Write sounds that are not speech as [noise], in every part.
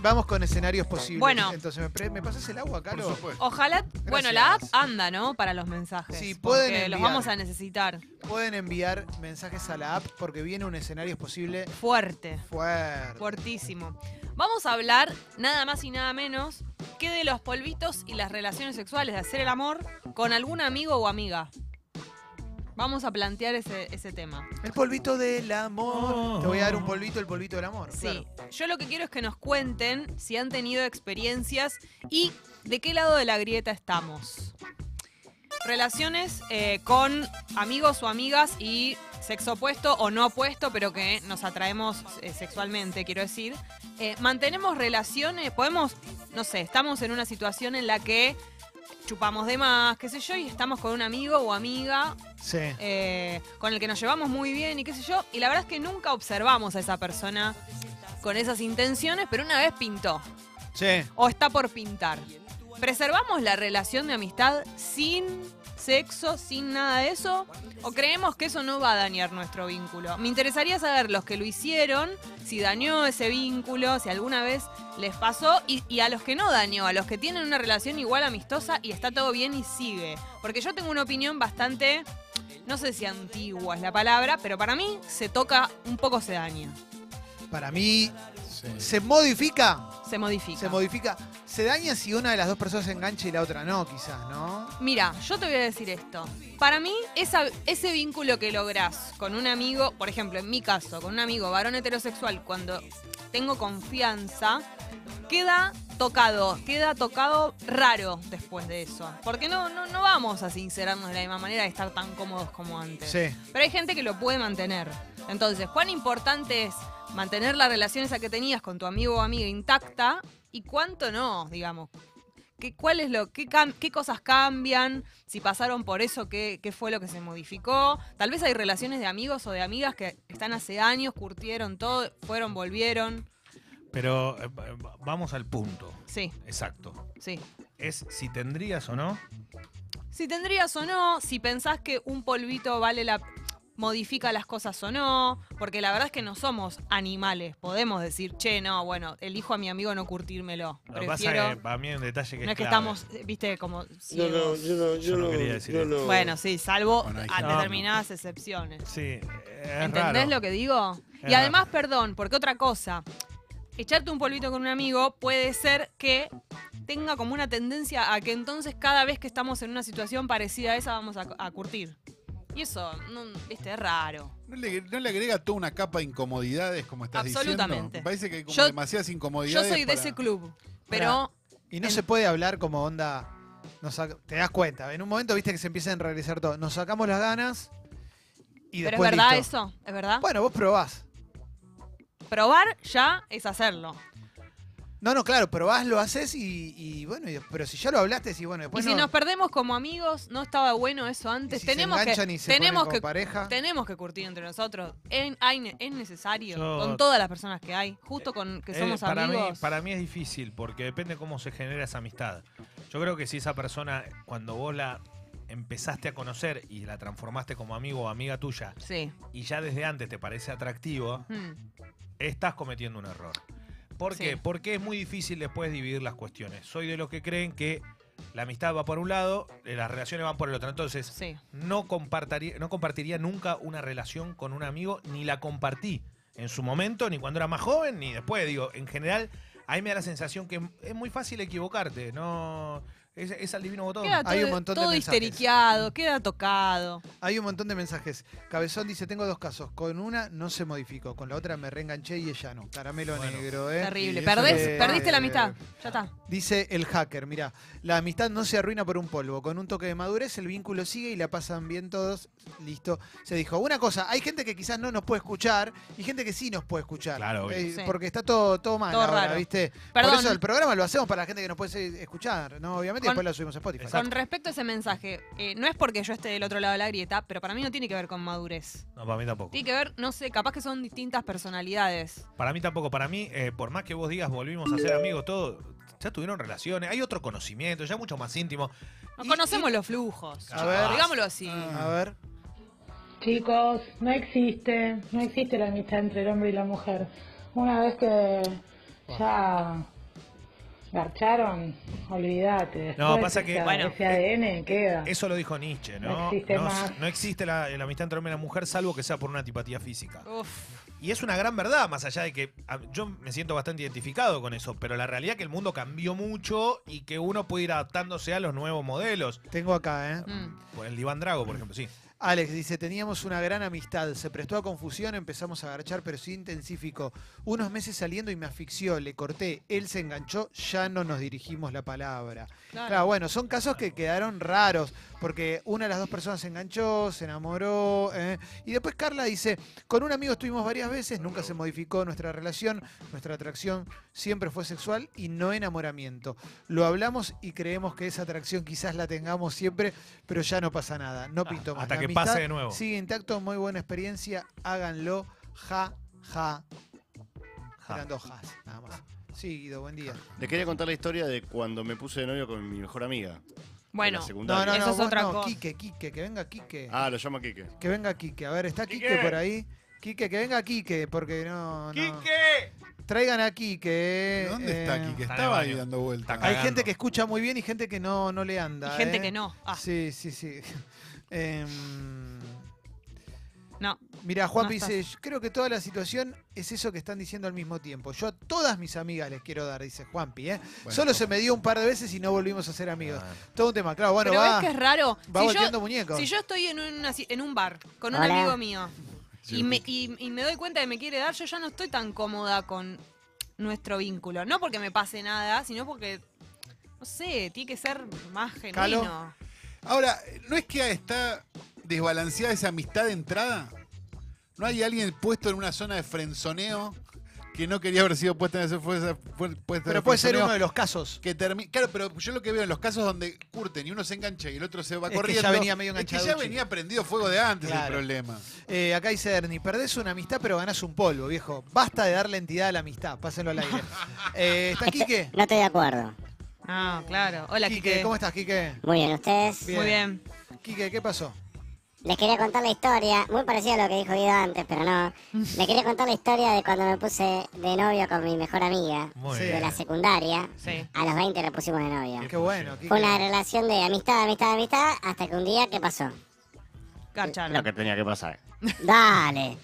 Vamos con escenarios posibles. Bueno. Entonces, ¿me, pre- me pasas el agua, Por Caro? supuesto. Ojalá, bueno, la app Gracias. anda, ¿no? Para los mensajes. Sí, porque pueden enviar. los vamos a necesitar. Pueden enviar mensajes a la app porque viene un escenario posible Fuerte, fuerte. fuertísimo. Vamos a hablar nada más y nada menos que de los polvitos y las relaciones sexuales, de hacer el amor con algún amigo o amiga. Vamos a plantear ese, ese tema. El polvito del amor. Oh. Te voy a dar un polvito, el polvito del amor. Sí. claro. Yo lo que quiero es que nos cuenten si han tenido experiencias y de qué lado de la grieta estamos. Relaciones eh, con amigos o amigas y sexo opuesto o no opuesto, pero que nos atraemos eh, sexualmente, quiero decir. Eh, mantenemos relaciones, podemos, no sé, estamos en una situación en la que chupamos de más, qué sé yo, y estamos con un amigo o amiga Sí. eh, con el que nos llevamos muy bien y qué sé yo. Y la verdad es que nunca observamos a esa persona con esas intenciones, pero una vez pintó Sí. o está por pintar. ¿Preservamos la relación de amistad sin sexo, sin nada de eso? ¿O creemos que eso no va a dañar nuestro vínculo? Me interesaría saber los que lo hicieron, si dañó ese vínculo, si alguna vez les pasó, y, y a los que no dañó, a los que tienen una relación igual amistosa y está todo bien y sigue. Porque yo tengo una opinión bastante, no sé si antigua es la palabra, pero para mí se toca, un poco se daña, Para mí, Sí. se modifica. se modifica. Se modifica. Se daña si una de las dos personas se engancha y la otra no, quizás, ¿no? Mira, yo te voy a decir esto. Para mí, esa- ese vínculo que lográs con un amigo, por ejemplo, en mi caso, con un amigo varón heterosexual, cuando tengo confianza, queda tocado, queda tocado raro después de eso. Porque no, no, no vamos a sincerarnos de la misma manera de estar tan cómodos como antes. Sí. Pero hay gente que lo puede mantener. Entonces, ¿cuán importante es mantener la relación esa que tenías con tu amigo o amiga intacta y cuánto no, digamos? ¿Qué, cuál es lo, qué, cam- qué cosas cambian? Si pasaron por eso, ¿qué, ¿qué fue lo que se modificó? Tal vez hay relaciones de amigos o de amigas que están hace años, curtieron todo, fueron, volvieron. Pero eh, va- va- vamos al punto. Sí, Exacto. sí. Es si tendrías o no. Si tendrías o no, si pensás que un polvito vale la modifica las cosas o no, porque la verdad es que no somos animales, podemos decir, che, no, bueno, elijo a mi amigo no curtírmelo. Lo que pasa es que Prefiero. para mí hay un detalle que No es que clave. estamos, eh, viste, como No, no, ciegos. yo no, yo, Yo no no, quería decir yo eso. no. Bueno, sí, salvo Bueno, hay a gente- determinadas excepciones. Sí, es ¿Entendés raro. lo que digo? Es y además, perdón, porque otra cosa, echarte un polvito con un amigo puede ser que tenga como una tendencia a que entonces cada vez que estamos en una situación parecida a esa vamos a, a curtir. Y eso, no, viste, es raro. ¿No le, no le agrega toda una capa de incomodidades como estás diciendo? Absolutamente. Me parece que hay como Yo- demasiadas Yo incomodidades. soy de para- ese club, pero Y no En- se puede hablar como onda. nos saca- te das cuenta. En un momento viste que se empieza a enrarecer todo. Nos sacamos las ganas y pero es después. verdad listo. eso, es verdad. Bueno, vos probás. Probar ya es hacerlo. No, no, claro, probás, lo haces y, y bueno, y- pero si ya lo hablaste, y bueno, después y si no, nos perdemos como amigos, no estaba bueno eso y antes. si se tenemos enganchan que y se ponen tenemos como que pareja. Tenemos que curtir entre nosotros. En- hay ne- es necesario. Yo- con todas las personas que hay. Justo con que Eh, somos para amigos. Mí, para mí es difícil porque depende cómo se genera esa amistad. Yo creo que si esa persona, cuando vos la empezaste a conocer y la transformaste como amigo o amiga tuya Sí. y ya desde antes te parece atractivo, Mm. estás cometiendo un error. ¿Por Sí. qué? Porque es muy difícil después dividir las cuestiones. Soy de los que creen que la amistad va por un lado, eh, las relaciones van por el otro. Entonces, Sí. no, compartaría, no compartiría nunca una relación con un amigo, ni la compartí en su momento, ni cuando era más joven, ni después. Digo, en general, ahí me da la sensación que es muy fácil equivocarte, no. Es, es al divino botón. Queda Hay todo, un montón de todo mensajes. histeriqueado, queda tocado. Eh, Hay un montón de mensajes. Cabezón dice, tengo dos casos. Con una no se modificó, con la otra me reenganché y ella no. Caramelo Bueno. negro, ¿eh? Terrible. y eso Perdés- que- perdiste la amistad. Ya está. Dice el hacker, mira, la amistad no se arruina por un polvo, con un toque de madurez el vínculo sigue y la pasan bien todos, listo. Se dijo, una cosa, hay gente que quizás no nos puede escuchar y gente que sí nos puede escuchar. Claro, obvio. Eh, Sí. Porque está todo, todo mal Todo ahora, raro. ¿viste? Perdón. Por eso el programa lo hacemos para la gente que nos puede escuchar, ¿no? Obviamente, y Con- después lo subimos a Spotify. Exacto. Con respecto a ese mensaje, eh, no es porque yo esté del otro lado de la grieta, pero para mí no tiene que ver con madurez. No, para mí tampoco. Tiene que ver, no sé, capaz que son distintas personalidades. Para mí tampoco. Para mí, eh, por más que vos digas volvimos a ser amigos, todo. Ya tuvieron relaciones, hay otro conocimiento, ya mucho más íntimo. Nos Y- conocemos los flujos. A ver. Digámoslo así. Ah. A ver, Chicos, no existe, no existe la amistad entre el hombre y la mujer. Una vez que ya garcharon, olvídate. después pasa que- esa- Bueno, eh, ese ADN queda. Eso lo dijo Nietzsche, ¿no? No existe no, más. no existe la, la amistad entre hombre y mujer salvo que sea por una antipatía física. Uf, Y es una gran verdad, más allá de que a- yo me siento bastante identificado con eso, pero la realidad es que el mundo cambió mucho y que uno puede ir adaptándose a los nuevos modelos. Tengo acá, ¿eh? mm. Por el diván drago, por ejemplo, sí. Alex dice, teníamos una gran amistad, se prestó a confusión, empezamos a garchar, pero se intensificó. Unos meses saliendo y me asfixió, le corté, él se enganchó, ya no nos dirigimos la palabra. Claro. Claro, bueno, son casos que quedaron raros, porque una de las dos personas se enganchó, se enamoró, ¿eh? y después Carla dice, con un amigo estuvimos varias veces, nunca se modificó nuestra relación, nuestra atracción siempre fue sexual y no enamoramiento. Lo hablamos y creemos que esa atracción quizás la tengamos siempre, pero ya no pasa nada, no Ah, pintó más. hasta La que amistad pase de nuevo. Sigue intacto, muy buena experiencia, háganlo, ja, ja, Ja. eran dos jas, nada más. Sí, Guido, buen día. Les quería contar la historia de cuando me puse de novio con mi mejor amiga. de Bueno, la No, secundaria. no, Eso no, es vos otra no, cosa. Quique, Quique, que venga Quique. Ah, lo llama Quique. Que venga Quique. A ver, ¿está Quique, Quique. por ahí? Quique, que venga Quique, porque no. no. ¡Quique! Traigan a Quique. eh, ¿Dónde está eh, Quique? Está en el Estaba ahí baño. dando vueltas. Está Hay Cagando. gente que escucha muy bien y gente que no, no le y anda. gente eh. que no. Ah, Sí, sí, sí. [laughs] Em, no. mira, Juan No dice, "Yo creo que toda la situación es eso que están diciendo al mismo tiempo. Yo a todas mis amigas les quiero dar, dice Juanpi, ¿eh? Bueno, Ah. Solo Juanpi. se me dio un par de veces y no volvimos a ser amigos. Todo un tema, claro, bueno, Pero va, es que es raro. va si, volteando yo, muñecos. si yo estoy en, una si- en un bar con un Hola. amigo mío y me, y- y me doy cuenta que me quiere dar, yo ya no estoy tan cómoda con nuestro vínculo. No porque me pase nada, sino porque, no sé, tiene que ser más genuino. Calo. Ahora, ¿no es que está desbalanceada esa amistad de entrada? ¿No hay alguien puesto en una zona de frenzoneo que no quería haber sido puesta en esa fue- esa- fue- puesta en Pero el puede ser frenzoneo? uno de los casos. Que termi- Claro, pero yo lo que veo en los casos donde curten y uno se engancha y el otro se va Es que corriendo. ya venía medio es que enganchado, ya chico. venía prendido fuego de antes Claro. el problema. Eh, acá dice Ernie, perdés una amistad pero ganás un polvo, viejo. Basta de darle entidad a la amistad, pásenlo al aire. Eh, ¿Está Quique? No estoy de acuerdo. Ah, claro. Hola, Quique, Quique. ¿cómo estás, Quique? Muy bien, ustedes. Bien. Muy bien. Quique, ¿qué pasó? Les quería contar la historia, muy parecida a lo que dijo Guido antes, pero no. Les quería contar la historia de cuando me puse de novio con mi mejor amiga Muy Sí, de bien. la secundaria. Sí. A los 20 nos pusimos de novio. Qué bueno, Fue [laughs] una Quique. relación de amistad, amistad, amistad, hasta que un día, ¿qué pasó? Garchalo. Lo que tenía que pasar. Dale.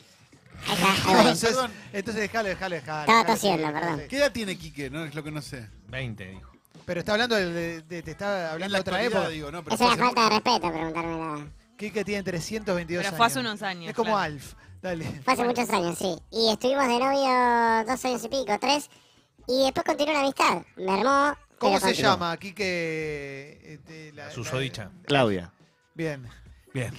Ahí está, ahí voy. Entonces, Perdón. entonces dejalo, dejalo, dejalo. Estaba dejalo, tosiendo, dejalo, perdón. dejalo. ¿Qué edad tiene Quique? No es lo que no sé. 20, dijo. Pero está hablando de, de- de- te está En hablando la de otra actualidad, época. digo, no, pero Es una fue hace- falta de respeto preguntarme nada. Quique tiene 322 Pero años. fue hace unos años, Es como claro. Alf. Dale. Fue hace muchos años, sí. Y estuvimos de novio dos años y pico, tres. Y después continuó la amistad. Me armó. ¿Cómo pero se continuó. llama, Quique? eh, de la- La susodicha. Claudia. Bien. Bien.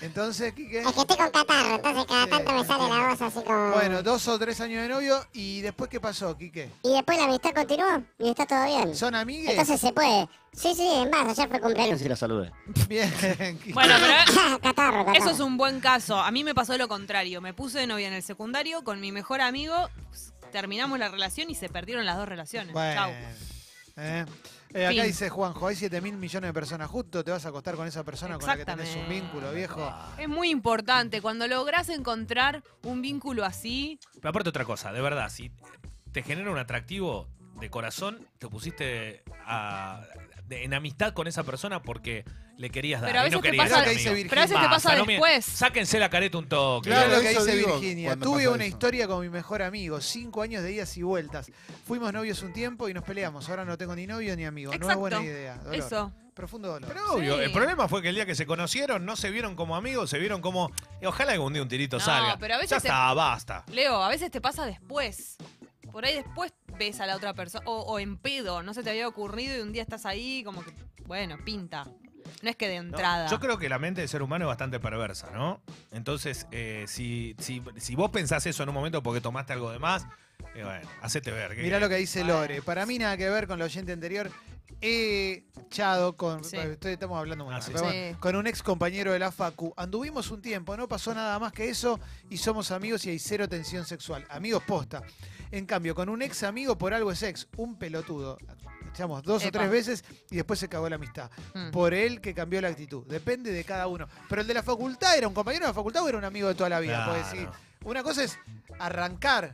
Entonces, Quique. Es que estoy con catarro, entonces cada tanto me sale la voz así como... Bueno, dos o tres años de novio. ¿Y después qué pasó, Quique? Y después la amistad continuó y está todo bien. ¿Son amigues? Entonces se puede. Sí, sí, en más, ayer fue cumpleaños. la saludé. [laughs] Bien, Quique. Bueno, pero catarro, [coughs] catarro. Eso es un buen caso. A mí me pasó lo contrario. Me puse de novia en el secundario con mi mejor amigo. pues, Terminamos la relación y se perdieron las dos relaciones. Bueno. Chau. Eh. Eh, acá Fin. dice Juanjo, hay 7 mil millones de personas justo, te vas a acostar con esa persona con la que tenés un Exactamente. vínculo, viejo. Ah, Es muy importante. Cuando lográs encontrar un vínculo así, Pero aparte otra cosa, de verdad, si te genera un atractivo de corazón, te pusiste a- de- en amistad con esa persona porque le querías dar. Pero a y veces no te querías pasa- ser Pero que dice amigo. Virginia. pero a veces te pasa Basta, no me- después. Sáquense la careta un toque. Claro, lo que Eso dice digo, Virginia. cuando Tuve pasa una eso. historia con mi mejor amigo, cinco años de idas y vueltas. Fuimos novios un tiempo y nos peleamos. Ahora no tengo ni novio ni amigo. No es Exacto. buena idea. Dolor. Eso. Profundo dolor. Pero obvio, Sí. el problema fue que el día que se conocieron no se vieron como amigos, se vieron como. "Eh, Ojalá algún día un tirito No, salga. pero a veces ya te- está, basta. Leo, a veces te pasa después. Por ahí después ves a la otra persona. O, o en pedo. No se te había ocurrido y un día estás ahí como que, bueno, pinta. No es que de ¿no? entrada. Yo creo que la mente del ser humano es bastante perversa, ¿no? Entonces, eh, si, si, si vos pensás eso en un momento porque tomaste algo de más, eh, bueno, hacete ver. que- Mirá lo que dice Lore. Para mí nada que ver con la oyente anterior. He echado con. eh, Sí. estoy- estamos hablando muy Ah, mal, sí. pero Sí. bueno, Con un ex compañero de la Facu. Anduvimos un tiempo, no pasó nada más que eso y somos amigos y hay cero tensión sexual. Amigos posta. En cambio, con un ex amigo por algo es ex. Un pelotudo. Echamos dos o Epa. tres veces y después se cagó la amistad. Mm. [laughs] Por él que cambió la actitud. Depende de cada uno. Pero el de la pues, facultad era un compañero de la facultad o era un amigo de toda la vida. Claro. Porque si- una cosa es arrancar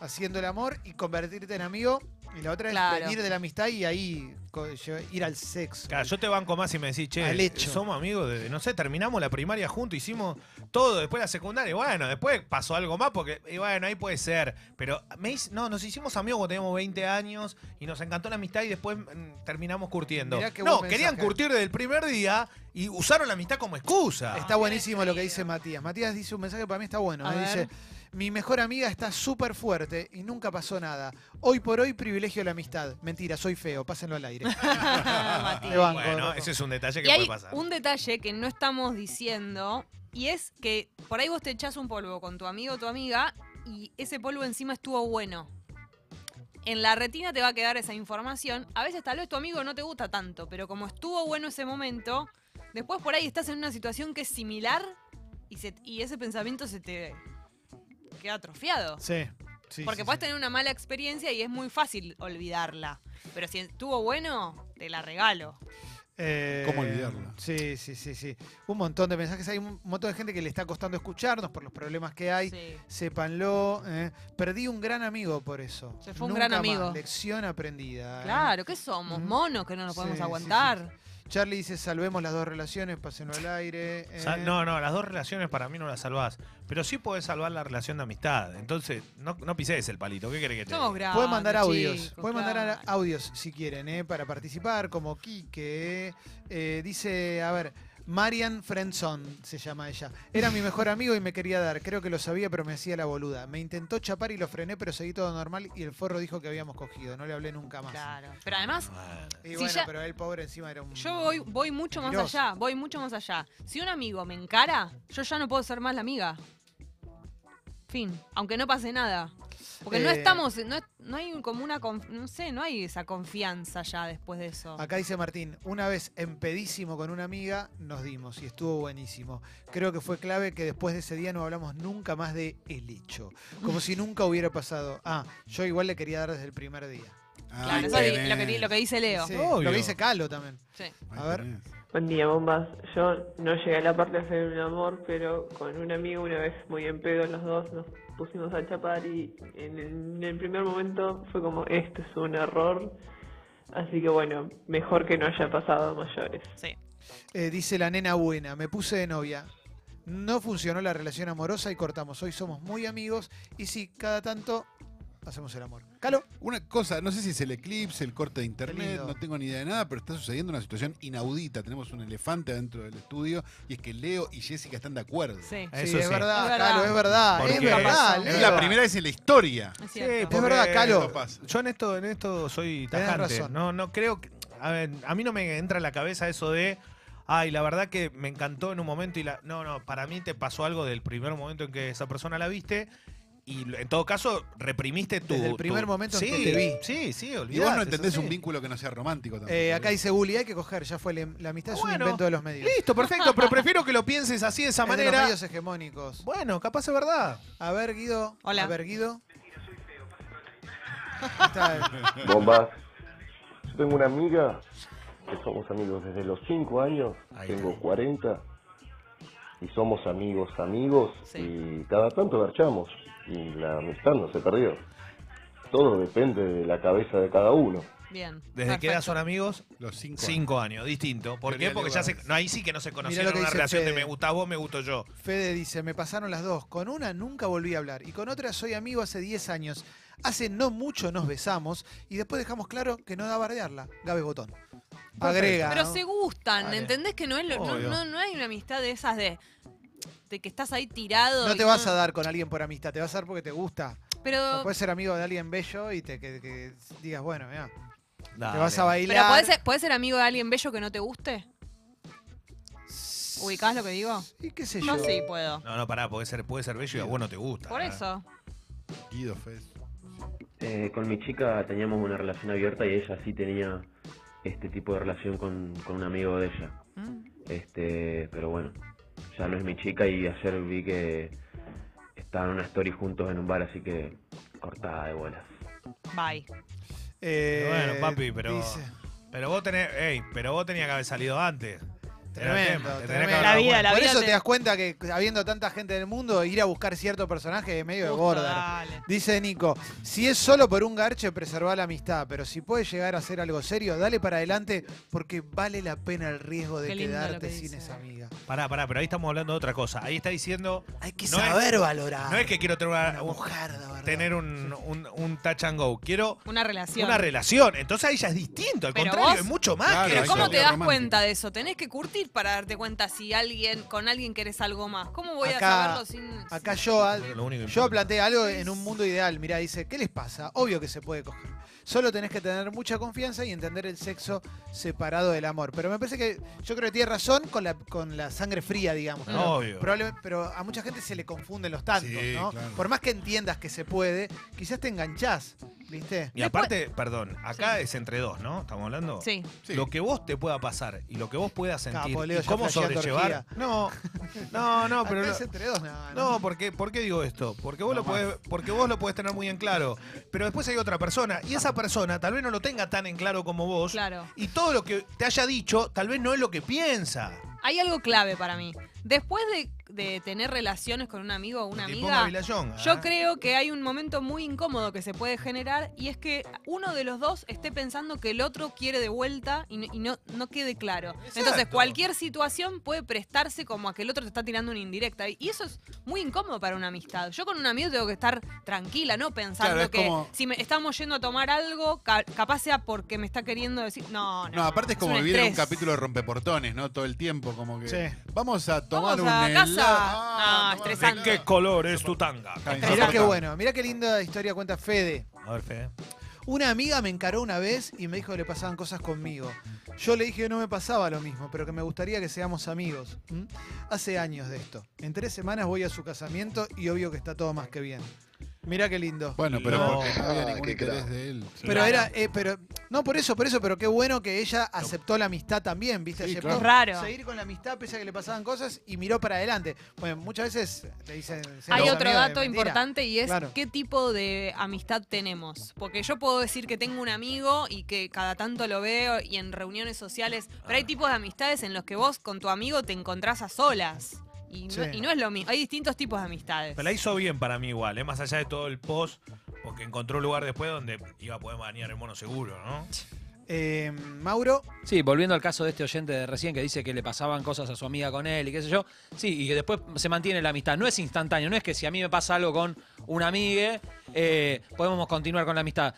haciendo el amor y convertirte en amigo. Y la otra es Claro. venir de la amistad y ahí co- lle- ir al sexo. Claro, yo te banco más y me decís, che, Al hecho. somos amigos de, no sé, terminamos la primaria juntos, hicimos todo, después la secundaria, y bueno, después pasó algo más, porque, y bueno, ahí puede ser. Pero me hice- no, nos hicimos amigos cuando teníamos 20 años y nos encantó la amistad y después mm, terminamos curtiendo. Mirá qué No, buen querían mensaje. curtir desde el primer día y usaron la amistad como excusa. Está buenísimo lo que querido. dice Matías. Matías dice un mensaje que para mí está bueno. A eh, ver. Dice, mi mejor amiga está súper fuerte y nunca pasó nada. Hoy por hoy privilegio la amistad. Mentira, soy feo, pásenlo al [laughs] aire. [laughs] Mati. Me banco, bueno, loco. ese es un detalle que Y hay puede pasar. un detalle que no estamos diciendo y es que por ahí vos te echás un polvo con tu amigo o tu amiga y ese polvo encima estuvo bueno. En la retina te va a quedar esa información. A veces tal vez tu amigo no te gusta tanto, pero como estuvo bueno ese momento, después por ahí estás en una situación que es similar y, se- y ese pensamiento se te queda atrofiado. Sí. sí, Porque sí, puedes sí. tener una mala experiencia y es muy fácil olvidarla. Pero si estuvo bueno, te la regalo. Eh, ¿Cómo olvidarlo? Sí, sí, sí, sí. Un montón de mensajes. Hay un montón de gente que le está costando escucharnos por los problemas que hay. Sí. Sépanlo. eh. Perdí un gran amigo por eso. Se fue un Nunca gran más. amigo. Lección aprendida. eh. Claro, ¿qué somos? Mm. Monos que no nos podemos Sí, sí, aguantar. Charlie dice, salvemos las dos relaciones, pásenlo al aire. eh. Sa- No, no, las dos relaciones para mí no las salvás. Pero sí podés salvar la relación de amistad. Entonces, no, no pises el palito. ¿Qué querés que te Somos diga? grandes. Pueden mandar audios, chicos, pueden mandar claro. a- audios si quieren, eh, para participar, como Quique. eh, dice, a ver, Marian Frenzon se llama ella. Era mi mejor amigo y me quería dar, creo que lo sabía, pero me hacía la boluda. Me intentó chapar y lo frené, pero seguí todo normal y el forro dijo que habíamos cogido, no le hablé nunca más. Ah, Claro. Pero además, Bueno. Y Si bueno, ya- pero el pobre encima era un... yo voy, voy mucho más Mentiroso. allá, voy mucho más allá. Si un amigo me encara, yo ya no puedo ser más la amiga. Fin, aunque no pase nada. Porque no Eh. estamos, no, es- no hay un- como una, conf- no sé, no hay esa confianza ya después de eso. Acá dice Martín, una vez en pedísimo con una amiga, nos dimos y estuvo buenísimo. Creo que fue clave que después de ese día no hablamos nunca más de el hecho. Como si nunca hubiera pasado. Ah, yo igual le quería dar desde el primer día. Claro, eso es lo que, di- lo que dice Leo. Sí, Obvio. lo que dice Calo también. Sí. A ver. Buen día, bombas. Yo no llegué a la parte de hacer un amor, pero con un amigo una vez muy en pedo los dos nos pusimos a chapar y en el, en el primer momento fue como, esto es un error. Así que bueno, mejor que no haya pasado a mayores. Sí. Eh, dice la nena buena, me puse de novia. No funcionó la relación amorosa y cortamos. Hoy somos muy amigos y sí, cada tanto hacemos el amor. Calo, Una cosa, no sé si es el eclipse, el corte de internet, lindo. no tengo ni idea de nada, pero está sucediendo una situación inaudita. Tenemos un elefante dentro del estudio y es que Leo y Jessica están de acuerdo. Sí. Eso sí, es sí. verdad, Es verdad. Calo, es verdad, Porque- es verdad. Es Es Leo. la primera vez en la historia. Es Sí, cierto. porque verdad, Calo. Esto pasa. Yo en esto, en esto soy Tenés tajante. razón. No, no creo que- a ver, a mí no me entra en la cabeza eso de. Ay, la verdad que me encantó en un momento y la. No, no, para mí te pasó algo del primer momento en que esa persona la viste. Y lo- en todo caso, reprimiste tu. Desde el primer tu- momento en sí, que te vi. Sí, sí, olvidate. Y vos no entendés eso un sí. vínculo que no sea romántico tampoco. Eh, acá dice Gulli, hay que coger, ya fue la, la amistad, es Bueno, un invento de los medios. Listo, perfecto, pero prefiero que lo pienses así de esa Es de los manera. medios hegemónicos. Bueno, capaz es verdad. A ver, Guido. Hola. A ver, Guido. Ahí está. Bombas. Yo tengo una amiga que somos amigos desde los 5 años, Ahí tengo está. 40 y somos amigos, amigos Sí. y cada tanto garchamos y la amistad no se perdió. Todo depende de la cabeza de cada uno. Bien. Desde que edad perfecto. son amigos, Los cinco. cinco años, distinto. ¿Por Teoría qué? Porque ya se, liberal. no, ahí sí que no se conocieron que una dice este relación de Fede. me gusta vos, me gusto yo. Fede dice, me pasaron las dos. Con una nunca volví a hablar y con otra soy amigo hace 10 años. Hace no mucho nos besamos y después dejamos claro que no da bardearla. Gabe Botón. Agrega. Pero ¿no? se gustan, Vale. ¿entendés que no es lo- no, Obvio. no- no hay una amistad de esas de, de que estás ahí tirado? No y te vas a dar con alguien por amistad, te vas a dar porque te gusta. Pero, No puedes ser amigo de alguien bello y te, que, que digas, bueno, mirá, te Dale. vas a bailar. pero ¿podés, ser, podés ser amigo de alguien bello que no te guste? ¿Ubicás lo que digo? Y qué sé Yo yo. Ah. sí puedo. No, no, pará, puede ser, puede ser bello y a vos no te gusta. Por ¿eh? eso. Guido Fez. Eh, con mi chica teníamos una relación abierta y ella sí tenía este tipo de relación con, con un amigo de ella. Mm. Este, pero bueno, ya no es mi chica y ayer vi que estaban en una story juntos en un bar, así que cortada de bolas. Bye. Eh, Bueno, papi, pero- dice- Pero vos tenés, ey, pero vos tenías que haber salido antes. Tremendo, tema, te tenés que tremendo. haber dado La vida, cuenta. la Por vida eso te... te- das cuenta que habiendo tanta gente en el mundo, ir a buscar cierto personaje es medio de border. dale. Dice Nico, si es solo por un garche, preserva la amistad, pero si puedes llegar a hacer algo serio, dale para adelante porque vale la pena el riesgo de Qué lindo lo quedarte que sin dice. esa amiga. Pará, pará, pero ahí estamos hablando de otra cosa. Ahí está diciendo. Hay que No es- saber valorar. No es que quiero tener, una- una un- mujer, de verdad. tener un, un- un touch and go. Quiero Una relación. una relación. Entonces ahí ya es distinto. Al Pero contrario, vos- es mucho más Claro, que Pero ahí eso. ¿cómo está. te das Romántico. cuenta de eso? Tenés que curtir para darte cuenta si alguien, con alguien querés algo más. ¿Cómo voy Acá- a saberlo sin...? Acá yo, Lo único que yo importa. planteé algo en un mundo ideal. Mirá, dice, ¿qué les pasa? Obvio que se puede coger. Solo tenés que tener mucha confianza y entender el sexo separado del amor. Pero me parece que yo creo que tiene razón con la, con la sangre fría, digamos. Mm. ¿no? Obvio. Probable- pero a mucha gente se le confunden los tantos, Sí, ¿no? claro. Por más que entiendas que se puede, quizás te enganchás, ¿viste? Y aparte, perdón, acá es entre dos, ¿no? ¿Estamos hablando? Sí. Sí. Lo que vos te pueda pasar y lo que vos puedas sentir Capo, Leo, y ya cómo flasheando sobrellevar. No, no, no, pero. Acá lo- es entre dos, Ah, no, no. No, porque, ¿por qué digo esto? Porque vos, No lo podés, porque vos lo podés tener muy en claro, pero después hay otra persona, y esa persona tal vez no lo tenga tan en claro como vos, Claro. y todo lo que te haya dicho tal vez no es lo que piensa. Hay algo clave para mí. Después de, de tener relaciones con un amigo o una Te amiga... ponga Vilayón, Yo ¿ah? creo que hay un momento muy incómodo que se puede generar y es que uno de los dos esté pensando que el otro quiere de vuelta y no, y no, no quede claro. Entonces, Exacto. cualquier situación puede prestarse como a que el otro te está tirando una indirecta. Y y eso es muy incómodo para una amistad. Yo con un amigo tengo que estar tranquila, no pensando Claro, es que como- si me estamos yendo a tomar algo, ca- capaz sea porque me está queriendo decir. No, no. No, aparte es como un vivir en un estrés. capítulo de rompeportones, ¿no? Todo el tiempo, como que. Sí. Vamos a tomar Vamos a un casa. helado. Ah, tomar un estresante. helado. color es tu tanga? Está bien, Mirá qué soportable. bueno, mirá qué linda historia cuenta Fede. A ver, Fede. Una amiga me encaró una vez y me dijo que le pasaban cosas conmigo. Yo le dije que no me pasaba lo mismo, pero que me gustaría que seamos amigos. ¿m? Hace años de esto. En tres semanas voy a su casamiento y obvio que está todo más que bien. Mirá qué lindo. Bueno, pero No. porque no había Ah, ningún qué interés crack. de él. Pero era, eh, pero no por eso, por eso, pero qué bueno que ella aceptó la amistad también, ¿viste? Sí, Aceptó claro. Raro. seguir con la amistad pese a que le pasaban cosas y miró para adelante. Bueno, muchas veces te dicen Hay "Seamos otro amigos", de dato mentira. importante y es Claro. qué tipo de amistad tenemos. Porque yo puedo decir que tengo un amigo y que cada tanto lo veo y en reuniones sociales, pero hay tipos de amistades en los que vos con tu amigo te encontrás a solas. Y no, Sí. y no es lo mismo. Hay distintos tipos de amistades. Pero la hizo bien para mí igual, ¿eh? más allá de todo el post, porque encontró un lugar después donde iba a poder bañar el mono seguro, ¿no? Eh, Mauro, Sí, volviendo al caso de este oyente de recién que dice que le pasaban cosas a su amiga con él y qué sé yo. Sí, y que después se mantiene la amistad. No es instantáneo, no es que si a mí me pasa algo con una amiga, eh, podemos continuar con la amistad.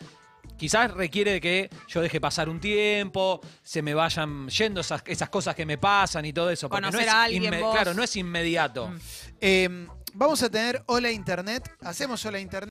Quizás requiere de que yo deje pasar un tiempo, se me vayan yendo esas, esas cosas que me pasan y todo eso. porque Conocer no es a alguien, inme- vos. Claro, no es inmediato. Mm. eh, vamos a tener Hola Internet. Hacemos Hola Internet.